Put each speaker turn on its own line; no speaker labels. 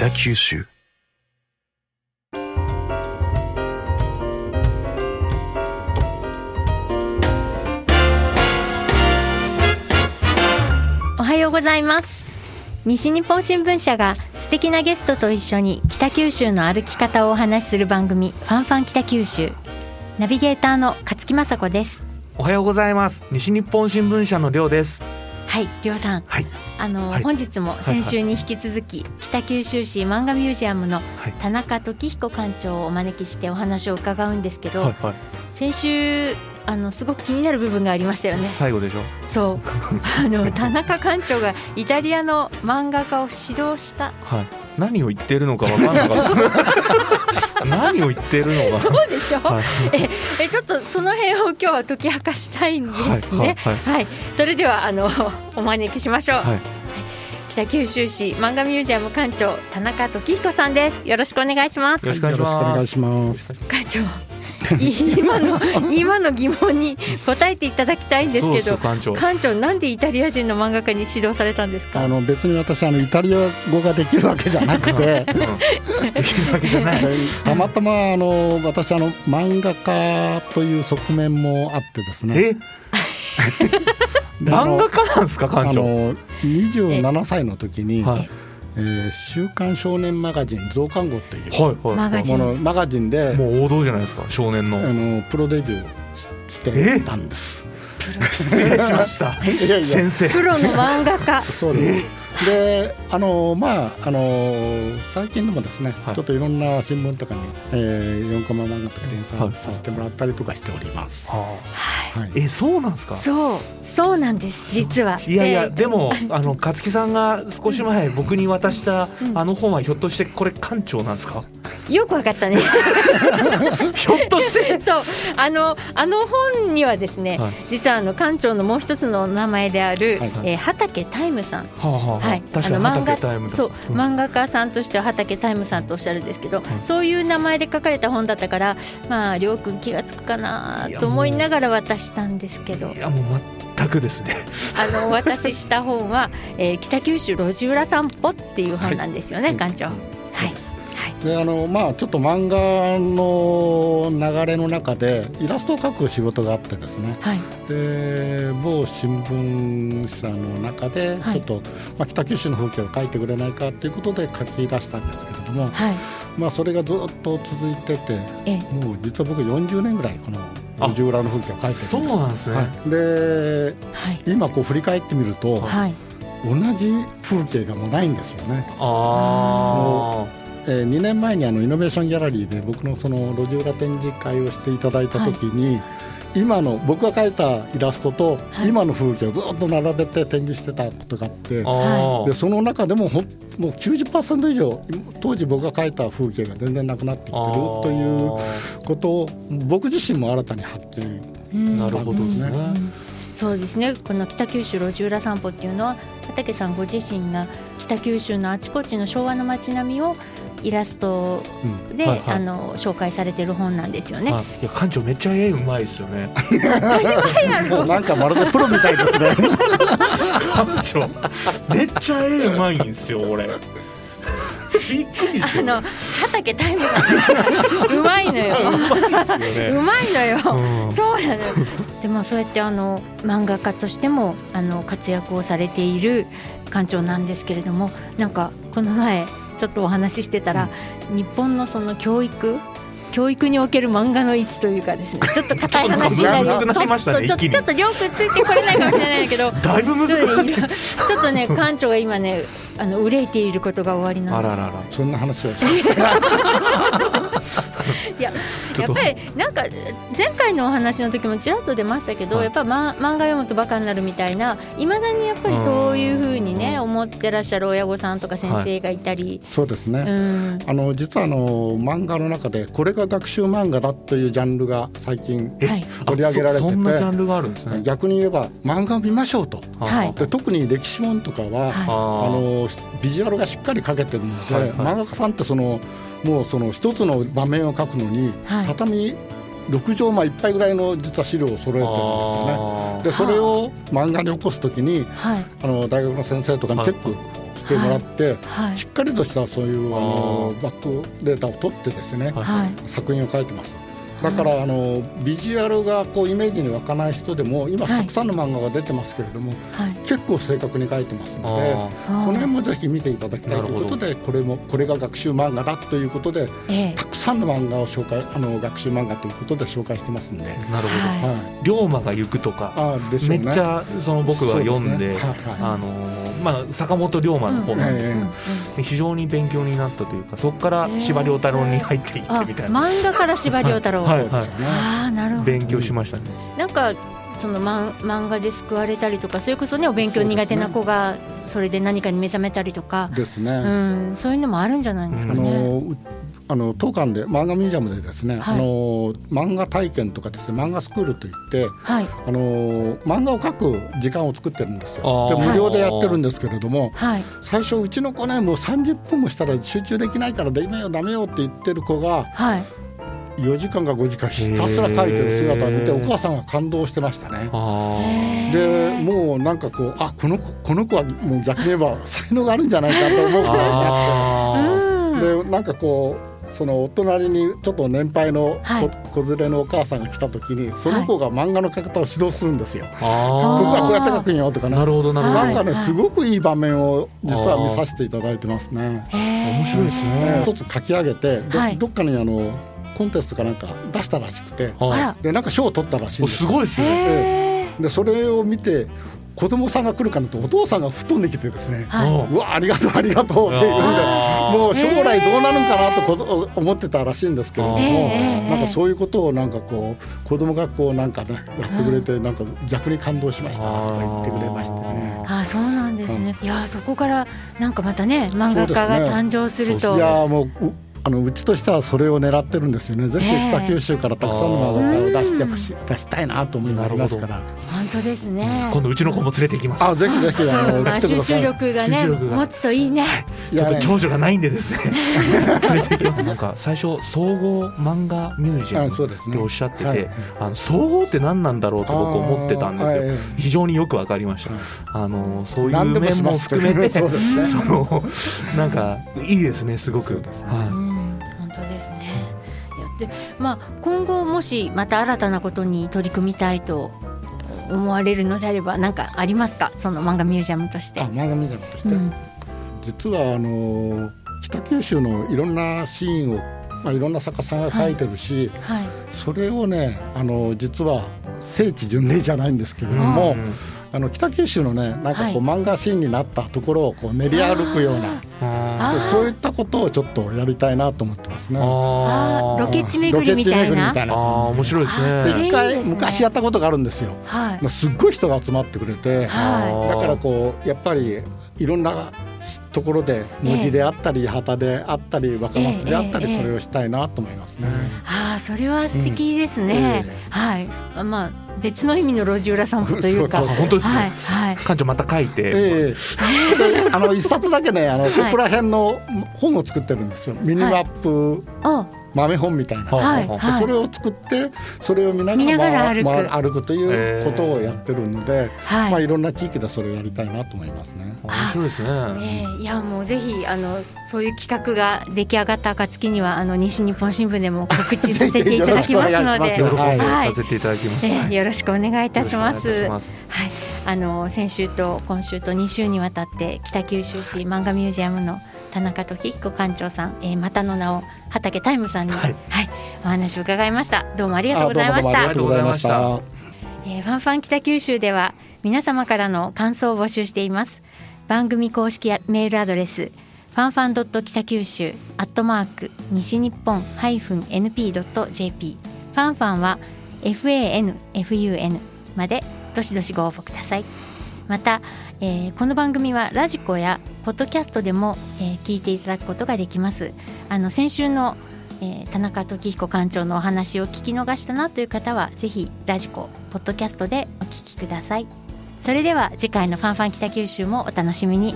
北九州
おはようございます西日本新聞社が素敵なゲストと一緒に北九州の歩き方をお話しする番組ファンファン北九州ナビゲーターの勝木雅子です
おはようございます西日本新聞社のりょうです
はい、りょうさん
はい
あの、
はい
本日も先週に引き続き、北九州市漫画ミュージアムの
はい
田中時彦館長をお招きしてお話を伺うんですけど、
はいは
先週あのすごく気になる部分がありましたよ
い
ね
最後でしょ
そう あの田中館長がイタリアの漫画家を指導した
はい何を言ってるのかわかんなか った何を言ってるのか
そうでしょ、
はい
え えちょっとその辺を今日は解き明かしたいんですね
はい
はい、それではあの お招きしましょう、
はい
北九州市漫画ミュージアム館長田中時彦さんですよろしくお願いします
よろしくお願いします
よろくお願いします。
館長今の 今の疑問に答えていただきたいんです
そうで
け
す
ど
よ館長
館長なんでイタリア人の漫画家に指導されたんです
あ
か
の別に私あのイタリア語ができるわけじゃな くて、
わけじゃない
たまたまあの私あの漫画家という側面もあってですね。
え
であ
漫
の
画家なんですか
あ
館長
の27歳の時に、
はい
えー週刊少年マガジン増刊号という
はい
マ
は
ガジ
も
ン
のマガジンで
いもう王道じゃないですか少年
あ
の
のプロデビューをししてたんです。
失礼しました
いやいや
先生
プロの漫画家
そうです。で、あのまああの最近でもですね、
はい
ちょっといろんな新聞とかに、えー、4コマ漫画とか連
はい
載させてもらったりとかしております。は
あ
い
ー。えそうなんですか
そうそうなんです実はい
やいや
で
でもあの勝木さんが少し前僕に渡したあの本はひょっとしてこれ館長なんですか
よくわかったね
ひょっとし て
そうあのあの本にはですね、
はい
実はあの館長のもう一つのお名前である、
はい
えー畑タイムさん
はあはあ、
はい、
確か
漫
に
画
畑タイムだ
そう、
ん
漫画家さんとしては畑タイムさんとおっしゃるんですけど、そういう名前で書かれた本だったからまありょうくん気がつくかない
や
と思いながら渡したんですけど
いやもう全くですね
あのお渡しした本は、えー北九州路地裏散歩っていう本なんですよね、館長はい
そうですであのまあ、ちょっと漫画の流れの中でイラストを描く仕事があってですね
はい
で某新聞社の中で
はい
ちょっと、まあ、北九州の風景を描いてくれないかということで書き出したんですけれども、
はい
まあ、それがずっと続いてて
ええ
もう実は僕40年ぐらいこの路地裏の風景を描いてるんです
そうなんですね、
はい、で
はい
今こう振り返ってみると、
はい
同じ風景がもうないんですよね、
あ
え2年前にあのイノベーションギャラリーで僕のその路地裏展示会をしていただいた時に、今の僕が描いたイラストと、
はい
今の風景をずっと並べて展示してたことがあっ
ー
て
あ
で
ー
その中でもほんもう90%以上当時僕が描いた風景が全然なくなってきてる
あー
ということを僕自身も新たに発見
うん
なるほどですね、
そうですねこの北九州路地裏散歩っていうのは畑さんご自身が北九州のあちこちの昭和の街並みをイラストで、
うんはいはい
あの紹介されてる本なんですよね。
はい、いや館長めっちゃ絵うまいですよね
なんかまるでプロみたいですね。
館長めっちゃ絵うまいんですよ俺びっくりです
あ
よ
の畑タイムさん うまいのよ。
うまいですよ
うまい
ね
のよ。
うん
そうなのよ。でもそうやってあの漫画家としてもあの活躍をされている館長なんですけれども、なんかこの前ちょっとお話ししてたら、日本のその教育教育における漫画の位置というかですね、ちょっと硬い話になり
ちょっと難しくなりましたね
そうちょっと
一気に
ちょっと両くついてこれないかもしれないんだけ ど。
だいぶ難し
そう
い
ね今ちょっとね館長が今ねあの憂いていることが終わりな
あ
んで
ら
す
らら
そんな話をしました。
いや
ちょ
や
っ
っ
と
ぱりなんか前回のお話の時もちらっと出ましたけど、
はい
やっぱ、ま、漫画読むとバカになるみたいないまだにやっぱりそういうふうにね思ってらっしゃる親御さんとか先生がいたり、
そうですね。
うん
あの実はあの漫画の中でこれが学習漫画だというジャンルが最近
え
はい
あ
取り上げられてて
そそんなジャンルがあるんですね
逆に言えば漫画を見ましょうと
はい
で特に歴史本とかは、
はい
あのビジュアルがしっかり描けてるので、
はいはい
漫画家さんってそのもうその一つの場面を描くのに、
はい
畳6畳間いっぱいぐらいの実は資料を揃えてるんですよね。
あー
でそれを漫画に起こすときに
はい
あの大学の先生とかにチェックしてもらって、
はい
しっかりとしたそういうあのバックデータを取ってです
は
ね、
い
はい
作品を書いてますだからあのビジュアルがこうイメージに湧かない人でも今
はい
たくさんの漫画が出てますけれども、
はい
結構正確に書いてますので
あ
この辺もぜひ見ていただきたい
な
と
る
い
ほ
う
ど
ことでこれもこれが学習漫画だということで
ええ
たくさんの漫画を紹介あの学習漫画ということで紹介してますんで、はい、
ーなるほど、
は
龍馬が行くとか
あーでしょ
め
うね
っちゃその僕は読ん
そう
で、
ですねはいはい
あのーまあ、坂本龍馬の方なんですけ
う
ど、
んえ
非常に勉強になったというかそこから司馬遼太郎に入っていってみ
い
たい
あ
な、
漫画から司馬遼太郎、
はい
そうですよね
ああなるほど
勉強しましたね。
なんかそのマン漫画で救われたりとかそれこそねお勉強苦手な子がそれで何かに目覚めたりとか
ですね、
うん、そういうのもあるんじゃないです
あ
かね。
のうあの当館で漫画ミュージアムでですね、
はい
あの漫画体験とかですね漫画スクールといって
はい
あの漫画を描く時間を作ってるんですよ
あ
で
ー
無料でやってるんですけれども
はい
最初うちの子ねもう30分もしたら集中できないからダメよダメよって言ってる子が
はい。
4時間か5時間ひたすら描いてる姿を見てお母さんは感動してましたね。
あー
でもうなんかこうあこの子この子はもう逆に言えば才能があるんじゃないかと思うくらいになって。
あ
でなんかこうそのお隣にちょっと年配の
はい
子子連れのお母さんが来た時にその子が漫画の描き方を指導するんですよ。
ーあ
ここはこうやって
あー
描くんよとか
ー
ね
なるほどなるほど、
なんかね、
はい
すごくいい場面を実は見させていただいてますね。
面
白いです
ね
ね
一つ書き上げてど,、
はい
どっかにあのコンテストかなんか出したらしくて
あ
はい
ら
でなんか賞を取ったらしいん
お
です
す
よ
ごいですね、
へえ。
でそれを見て子供さんが来るかなとお父さんが吹っ飛んできてですね、
は
う
い。
ん
うわありがとうありがとうって言うんで
あー
もう将来どうなるんかなとこと思ってたらしいんですけれども、
えー
えー
なんかそういうことをなんかこう子供がこうなんかねやってくれて、なんか逆に感動しましたとか言ってくれましたね。
あそうなんですね。いやーそこからなんかまたね漫画家が誕生する
い
と。
やーもううあのうちとしてはそれを狙ってるんですよね。ぜひ北九州からたくさんの漫画家を出してほしい出したいなと思いますから。
本当ですね。
今度うちの子も連れてきます
あぜひぜひあの
ま
来
あ
てく
集
ださ
中
い。
力がね
集中力が
持つといいね。
ちょっと長女がないんで ですね連れてきますなんか最初総合漫画ミュージアム
あそうです
っ
ね
ておっしゃってて、
はい
あの総合って何なんだろうと僕思ってたんですよ、
あーはい
非常によくわかりました、
はい
あのそうい
何で
う
も
面
しま
も
す
含めて
そうです ね
そのなんかいいですねすご
そ
く
うですね
う
は
ん本当ですね。いやでまあ今後もしまた新たなことに取り組みたいと思われるのであればなんかありますかその漫画ミュージアムとして。
あ漫画ミュージアムとして。
うん
実はあの北九州のいろんなシーンを、まあ、いろんな作家さんが書いてるし、
はい。
それをねあの実は聖地巡礼じゃないんですけれども、
うん
あの北九州のねなんかこう、
は
漫画シーンになったところをこう練り歩くような
あ
あー
そういったことをちょっとやりたいなと思ってますね。
あーロ
あ
ケ地巡りみたいな。
あー面白いです
あーそれ
ね
一
いいで
回
すね
昔やったことがあるんですよ。
はい
まあ。すっごい人が集まってくれて、
は
だからこうやっぱりいろんなところで野地であったり旗であったり若松であったり
ええええ
それをしたいなと思いますね。
ああそれは素敵ですね。
うんえ
はい。まあ別の意味の路地裏散歩というか。
そうそうそう
本当ですね
はいはい。
館長また書いて、
ええであの一冊だけねあのそこら辺の本を作ってるんですよ、ミニマップ
お
豆本みたいな、
は
はい
い
で
はい。
それを作ってそれを見ながら
見ながら歩く
回回歩くということをやってるので、
はい
まあ、いろんな地域でそれをやりたいなと思いますね。
面白いですね、
えーいやもうぜひあのそういう企画が出来上がった暁にはあの西日本新聞でも告知させていただきます の
ぜ
で
ひ
喜
よ
ん
ろしくお願いします
で
はい
させていただきます、
えーよろしくお願いいたします。
よろしく
は
お願
い
いし、
あの先週と今週と2週にわたって北九州市漫画ミュージアムの田中時彦館長さん、えー、またの名を畑タイムさんに、
は
はいい、お話を伺いました。どうもありがとうございました
あど。うもありがとうございまし
ありがとう
た。
えーファンファン北九州では皆様からの感想を募集しています番組公式メールアドレスファンファンドット北九州アットマーク西日本ハイフン NP ドット JP ファンファンは FANFUN までどしどしご応募くださいまた、えーこの番組はラジコやポッドキャストでも、えー聞いていただくことができますあの先週の、えー田中時彦館長のお話を聞き逃したなという方はぜひラジコポッドキャストでお聞きくださいそれでは次回の「ファンファン北九州」もお楽しみに